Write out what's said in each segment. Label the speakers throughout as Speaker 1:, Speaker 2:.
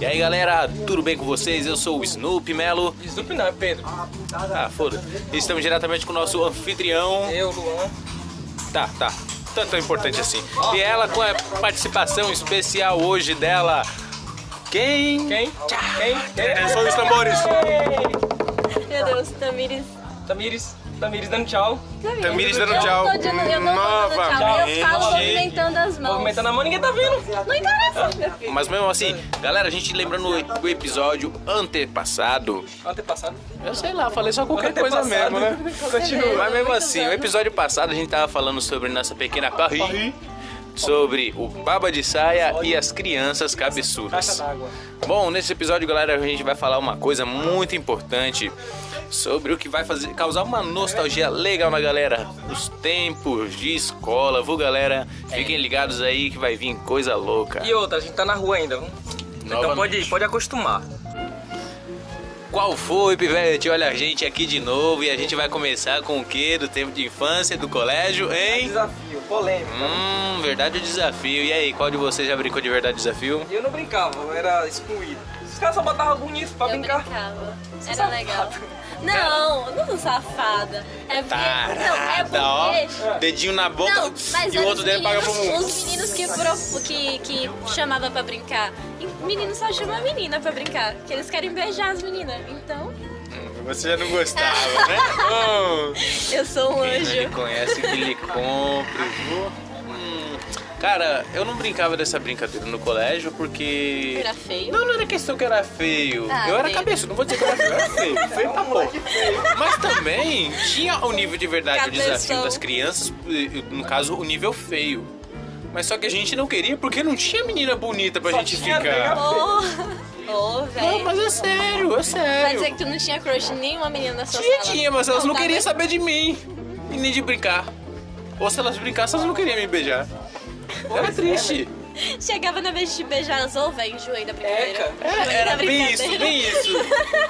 Speaker 1: E aí galera, tudo bem com vocês? Eu sou o Snoop Melo.
Speaker 2: Snoop não, é Pedro.
Speaker 1: Ah, foda Estamos diretamente com o nosso anfitrião.
Speaker 2: Eu, Luan.
Speaker 1: Tá, tá. Tanto é importante assim. E ela com a participação especial hoje dela. Quem?
Speaker 2: Quem? Quem?
Speaker 1: É,
Speaker 2: Quem?
Speaker 1: São os tambores.
Speaker 3: Meu Deus, Tamires.
Speaker 2: Tamires. Tamires dando tchau.
Speaker 1: Tamires dando tchau.
Speaker 3: Eu, não tô dando- eu não tô dando tchau, eu falo
Speaker 1: Novamente.
Speaker 3: movimentando as mãos.
Speaker 2: Movimentando a mão, ninguém tá vendo.
Speaker 3: Não interessa, meu filho.
Speaker 1: Mas mesmo assim, galera, a gente lembrando o episódio antepassado.
Speaker 2: Antepassado.
Speaker 1: Eu sei lá, falei só qualquer coisa
Speaker 2: Antepassado.
Speaker 1: mesmo, né?
Speaker 3: Continua.
Speaker 1: Mas mesmo assim, o episódio passado a gente tava falando sobre nossa pequena Paris, sobre o baba de saia e as crianças
Speaker 2: Caixa
Speaker 1: cabeçudas.
Speaker 2: d'água.
Speaker 1: Bom, nesse episódio, galera, a gente vai falar uma coisa muito importante sobre o que vai fazer causar uma nostalgia legal na galera. Os tempos de escola, viu, galera? Fiquem ligados aí que vai vir coisa louca.
Speaker 2: E outra, a gente tá na rua ainda. viu? Então
Speaker 1: Novamente.
Speaker 2: pode, pode acostumar.
Speaker 1: Qual foi, Pivete? Olha a gente aqui de novo e a gente vai começar com o quê? Do tempo de infância, do colégio, hein?
Speaker 2: Desafio, polêmica.
Speaker 1: Hum, verdade ou desafio? E aí, qual de vocês já brincou de verdade ou desafio?
Speaker 2: Eu não brincava, eu era excluído. Os caras só botavam bonito pra
Speaker 3: Eu
Speaker 2: brincar.
Speaker 3: brincava.
Speaker 2: Sou
Speaker 3: Era
Speaker 2: safada.
Speaker 3: legal. Não, não sou safada. É porque.
Speaker 1: Parada,
Speaker 3: não,
Speaker 1: Tá, ó.
Speaker 3: é porque.
Speaker 1: Dedinho na boca
Speaker 3: Não, mas
Speaker 1: e
Speaker 3: era
Speaker 1: o outro
Speaker 3: os
Speaker 1: dedo paga pro
Speaker 3: meninos-
Speaker 1: mundo.
Speaker 3: Os meninos que, pro, que, que chamava pra brincar. E Menino só chama menina pra brincar. Que eles querem beijar as meninas. Então,
Speaker 1: Você já não gostava, né? Hum.
Speaker 3: eu sou um
Speaker 1: Quem não lhe
Speaker 3: anjo.
Speaker 1: conhece, que lhe compre, viu? Hum, Cara, eu não brincava dessa brincadeira no colégio porque.
Speaker 3: Era feio?
Speaker 1: Não, não era questão que era feio.
Speaker 3: Ah,
Speaker 1: eu era
Speaker 3: feio.
Speaker 1: cabeça, não vou dizer que eu era feio, eu era feio. Feio pra pô. Mas também tinha o nível de verdade, o
Speaker 3: Cabeção.
Speaker 1: desafio das crianças, no caso, o nível feio. Mas só que a gente não queria porque não tinha menina bonita pra
Speaker 2: Só
Speaker 1: gente
Speaker 2: tinha
Speaker 1: ficar.
Speaker 3: Ô, ô,
Speaker 1: Não,
Speaker 3: velho.
Speaker 1: mas é sério, é
Speaker 3: Vai
Speaker 1: sério.
Speaker 3: dizer que tu não tinha crush em nenhuma menina na sua
Speaker 1: Tinha,
Speaker 3: sala?
Speaker 1: tinha, mas elas não
Speaker 3: tá
Speaker 1: queriam
Speaker 3: vendo?
Speaker 1: saber de mim e nem de brincar. Ou se elas brincassem, elas não queriam me beijar. Era triste.
Speaker 3: Chegava na vez de beijar as ou velho, enjoei da brincadeira.
Speaker 2: Eca.
Speaker 1: É,
Speaker 3: Enjoei
Speaker 1: era
Speaker 3: da
Speaker 1: bem isso,
Speaker 3: brincadeira.
Speaker 1: bem isso.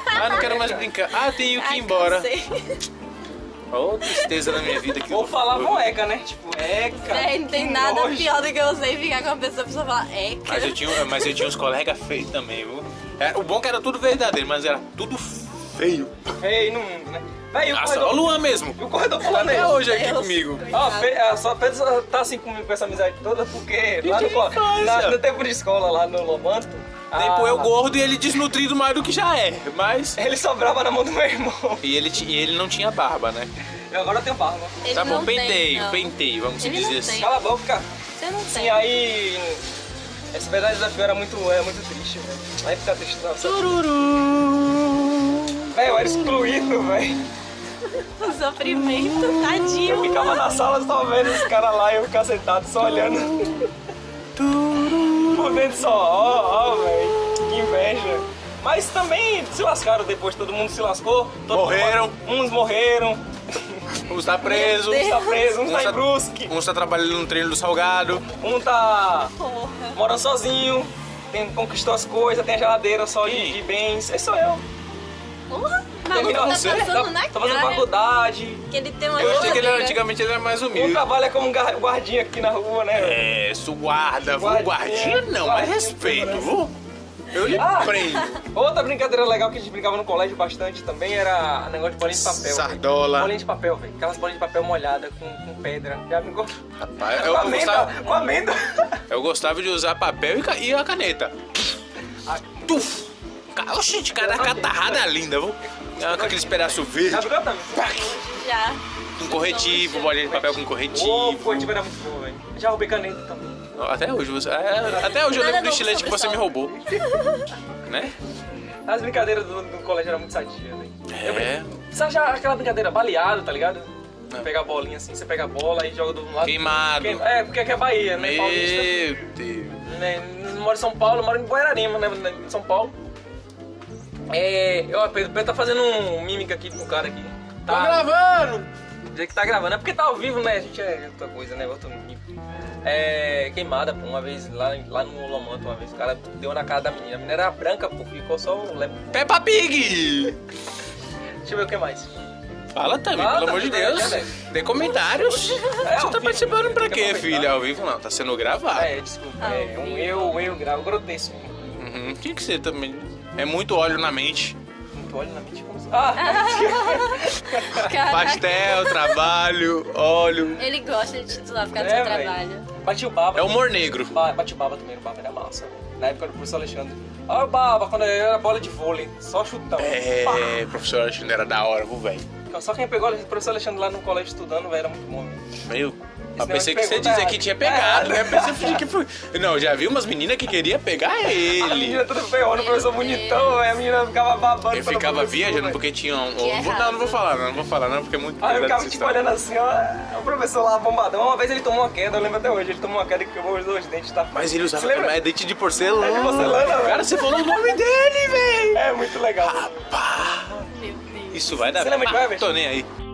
Speaker 1: Ah, não quero mais brincar. Ah, tenho que
Speaker 3: Ai,
Speaker 1: ir embora.
Speaker 3: cansei.
Speaker 1: Ô, tristeza na minha vida que
Speaker 2: Ou
Speaker 1: eu
Speaker 2: falavam eca, né? Tipo, eca.
Speaker 3: Véi, É, não tem
Speaker 2: que
Speaker 3: nada
Speaker 2: nojo.
Speaker 3: pior do que eu sei ficar com uma pessoa e a pessoa falar eca.
Speaker 1: Mas eu tinha, mas eu tinha uns colegas feios também, viu? É, o bom que era tudo verdadeiro, mas era tudo feio.
Speaker 2: Feio no mundo, né? Véi, o
Speaker 1: Nossa, ó o
Speaker 2: corredor,
Speaker 1: Luan mesmo.
Speaker 2: o corredor pulando aí.
Speaker 1: Até hoje aqui
Speaker 3: Deus.
Speaker 1: comigo.
Speaker 2: Ó, Fe- é, só Pedro tá assim comigo com essa amizade toda, porque lá no,
Speaker 1: de
Speaker 2: co-
Speaker 1: infância.
Speaker 2: na- no tempo de escola, lá no Lomanto,
Speaker 1: Tipo,
Speaker 2: a-
Speaker 1: eu gordo e ele desnutrido mais do que já é. Mas.
Speaker 2: ele sobrava na mão do meu irmão.
Speaker 1: E ele, ti- e ele não tinha barba, né?
Speaker 2: Eu agora tenho barba.
Speaker 3: Ele
Speaker 1: tá bom,
Speaker 3: não tem,
Speaker 1: penteio,
Speaker 3: não.
Speaker 1: penteio, vamos
Speaker 3: Ele
Speaker 1: dizer
Speaker 3: não
Speaker 1: assim.
Speaker 3: tem.
Speaker 2: Cala a boca.
Speaker 3: Você não
Speaker 2: Sim,
Speaker 3: tem.
Speaker 2: aí. Esse verdade desafio era muito, era muito triste, velho. Aí fica triste, não. sabe?
Speaker 1: Tururu.
Speaker 2: Véi, eu era excluído, velho.
Speaker 3: O sofrimento,
Speaker 1: Hum.
Speaker 2: Eu
Speaker 3: tadinho.
Speaker 2: ficava na sala só vendo os caras lá e eu ficava sentado só olhando. Por dentro só, ó, ó, velho. Que inveja. Mas também se lascaram depois, todo mundo se lascou. todo
Speaker 1: Morreram.
Speaker 2: mundo- uns morreram.
Speaker 1: Um está preso,
Speaker 3: Meu
Speaker 2: Um tá preso, um tá em
Speaker 1: tá-
Speaker 2: Brusque,
Speaker 1: um está trabalhando no treino do salgado.
Speaker 2: um tá
Speaker 3: Porra.
Speaker 2: morando sozinho, tem, conquistou as coisas, tem a geladeira só de,
Speaker 1: Quem?
Speaker 2: de bens. Esse sou eu.
Speaker 3: Porra. O maluco
Speaker 2: Terminou
Speaker 3: tá
Speaker 2: você?
Speaker 3: passando
Speaker 2: Tá-
Speaker 3: na
Speaker 2: tá fazendo
Speaker 3: cara
Speaker 2: faculdade.
Speaker 3: que ele tem uma
Speaker 1: Eu achei que ele era,
Speaker 3: geladeira.
Speaker 1: antigamente ele era mais
Speaker 2: Um
Speaker 1: humilde.
Speaker 2: trabalha como gar- um guardinha aqui na rua, né? velho?
Speaker 1: É, sou guarda, vou
Speaker 2: Guardinha,
Speaker 1: guardinha não, mas
Speaker 2: guardinha,
Speaker 1: respeito,
Speaker 2: segurança.
Speaker 1: vou. Eu lhe
Speaker 2: Ah.
Speaker 1: prendo.
Speaker 2: Outra brincadeira legal que a gente brincava no colégio bastante também era negócio de bolinha de papel. velho.
Speaker 1: Sardola.
Speaker 2: Bolinha de papel, velho. Aquelas bolinhas de papel molhada com, com pedra. Já brincou?
Speaker 1: Rapaz, É, eu,
Speaker 2: com
Speaker 1: eu
Speaker 2: amêndoa.
Speaker 1: gostava,
Speaker 2: Com amêndoa.
Speaker 1: eu gostava de usar papel e, ca- e a caneta.
Speaker 2: Ah.
Speaker 1: Tuf! Ca- Oxi, de cada catarrada linda, viu? Ah, Com aqueles pedaços
Speaker 2: Já
Speaker 1: verdes,
Speaker 2: brincou também?
Speaker 3: Já.
Speaker 1: com corretivo, bolinha de papel com
Speaker 2: Ô,
Speaker 1: corretivo.
Speaker 2: foi, tipo, era muito boa, velho. Já roubei caneta também.
Speaker 1: Até hoje você. é, Até hoje eu lembro do
Speaker 3: Nada novo
Speaker 1: estilete que
Speaker 3: sobre
Speaker 1: você
Speaker 3: sal.
Speaker 1: me roubou. né?
Speaker 2: As brincadeiras do, do colégio eram muito né? sadias, velho.
Speaker 1: É.
Speaker 2: Sabe já aquela brincadeira baleada, tá ligado? Pegar a bolinha assim, você pega a bola e joga do lado.
Speaker 1: Queimado.
Speaker 2: Queima- É, porque aqui é Bahia, né? Paulista.
Speaker 1: Meu Deus.
Speaker 2: né, não moro em São Paulo, moro em Guararema, né, né, em São Paulo. É, eu, Pedro, Pedro tá fazendo um mímica aqui pro cara aqui.
Speaker 1: Tô
Speaker 2: Tá,
Speaker 1: gravando!
Speaker 2: dizer que tá gravando, é porque tá ao vivo, né, a gente é outra coisa, né, outro nível. É, queimada, pô, uma vez lá, lá no Lomanto, uma vez, o cara deu na cara da menina, a menina era branca, pô, ficou só o lepo.
Speaker 1: Peppa Pig!
Speaker 2: Deixa eu ver o que mais.
Speaker 1: Fala também,
Speaker 2: Fala
Speaker 1: pelo amor de
Speaker 2: também,
Speaker 1: Deus.
Speaker 2: né,
Speaker 1: Dê comentários.
Speaker 2: ao
Speaker 1: Você tá
Speaker 2: vivo,
Speaker 1: participando
Speaker 2: né?
Speaker 1: pra
Speaker 2: Tem que
Speaker 1: quê,
Speaker 2: aproveitar.
Speaker 1: filha? Ao vivo não, tá sendo gravado.
Speaker 3: Ah,
Speaker 2: É, desculpa, é, um eu, um eu gravo grotesco.
Speaker 1: Uhum. Uhum. Tinha que ser também. É muito óleo na mente.
Speaker 2: Muito óleo na mente como se... Ah!
Speaker 3: Caraca.
Speaker 1: Pastel, trabalho, óleo.
Speaker 3: Ele gosta de titular por causa
Speaker 2: É,
Speaker 3: do seu
Speaker 2: véi.
Speaker 3: trabalho.
Speaker 2: Bati o baba.
Speaker 1: É humor negro.
Speaker 2: Ba- Bati o baba também, o baba era massa. velho. Na época do professor Alexandre. Ah, o baba, quando ele era bola de vôlei, só chutão.
Speaker 1: É, professor Alexandre era da hora, viu, velho?
Speaker 2: Pá. Só quem pegou o professor Alexandre lá no colégio estudando, velho, era muito bom. velho.
Speaker 1: Meio. Eu
Speaker 2: Esse
Speaker 1: pensei
Speaker 2: negócio é
Speaker 1: que você
Speaker 2: pegou
Speaker 1: dizer
Speaker 2: errado.
Speaker 1: que tinha pegado, né?
Speaker 2: Errado.
Speaker 1: Pensei fingir que foi. Não, já vi umas meninas que queria pegar
Speaker 2: Ah, A menina
Speaker 1: ele.
Speaker 2: toda feiona, o professor
Speaker 3: Meu Deus.
Speaker 2: bonitão, velho, a menina ficava babando.
Speaker 1: Eu
Speaker 2: pelo
Speaker 1: ficava
Speaker 2: professor,
Speaker 1: viajando
Speaker 2: tipo, velho.
Speaker 1: porque tinha um.
Speaker 3: Que
Speaker 1: vou-
Speaker 3: errado.
Speaker 1: Não, não vou falar, não, não vou falar, não, porque é muito.
Speaker 2: Aí eu
Speaker 1: pesado
Speaker 2: ficava
Speaker 1: essa
Speaker 2: tipo
Speaker 1: história.
Speaker 2: olhando assim, ó, o professor lá bombadão. Uma vez ele tomou uma queda, eu lembro até hoje, ele tomou uma queda que quebrou os dois dentes, tá?
Speaker 1: Mas ele usava
Speaker 2: Você lembra?
Speaker 1: é dente de porcelana.
Speaker 2: É de porcelana, velho.
Speaker 1: Cara, você falou o nome dele, velho.
Speaker 2: É muito legal.
Speaker 3: Meu Deus.
Speaker 1: Isso vai dar.
Speaker 2: Você lembra de
Speaker 1: Ah,
Speaker 2: Weber?
Speaker 1: Tô nem aí.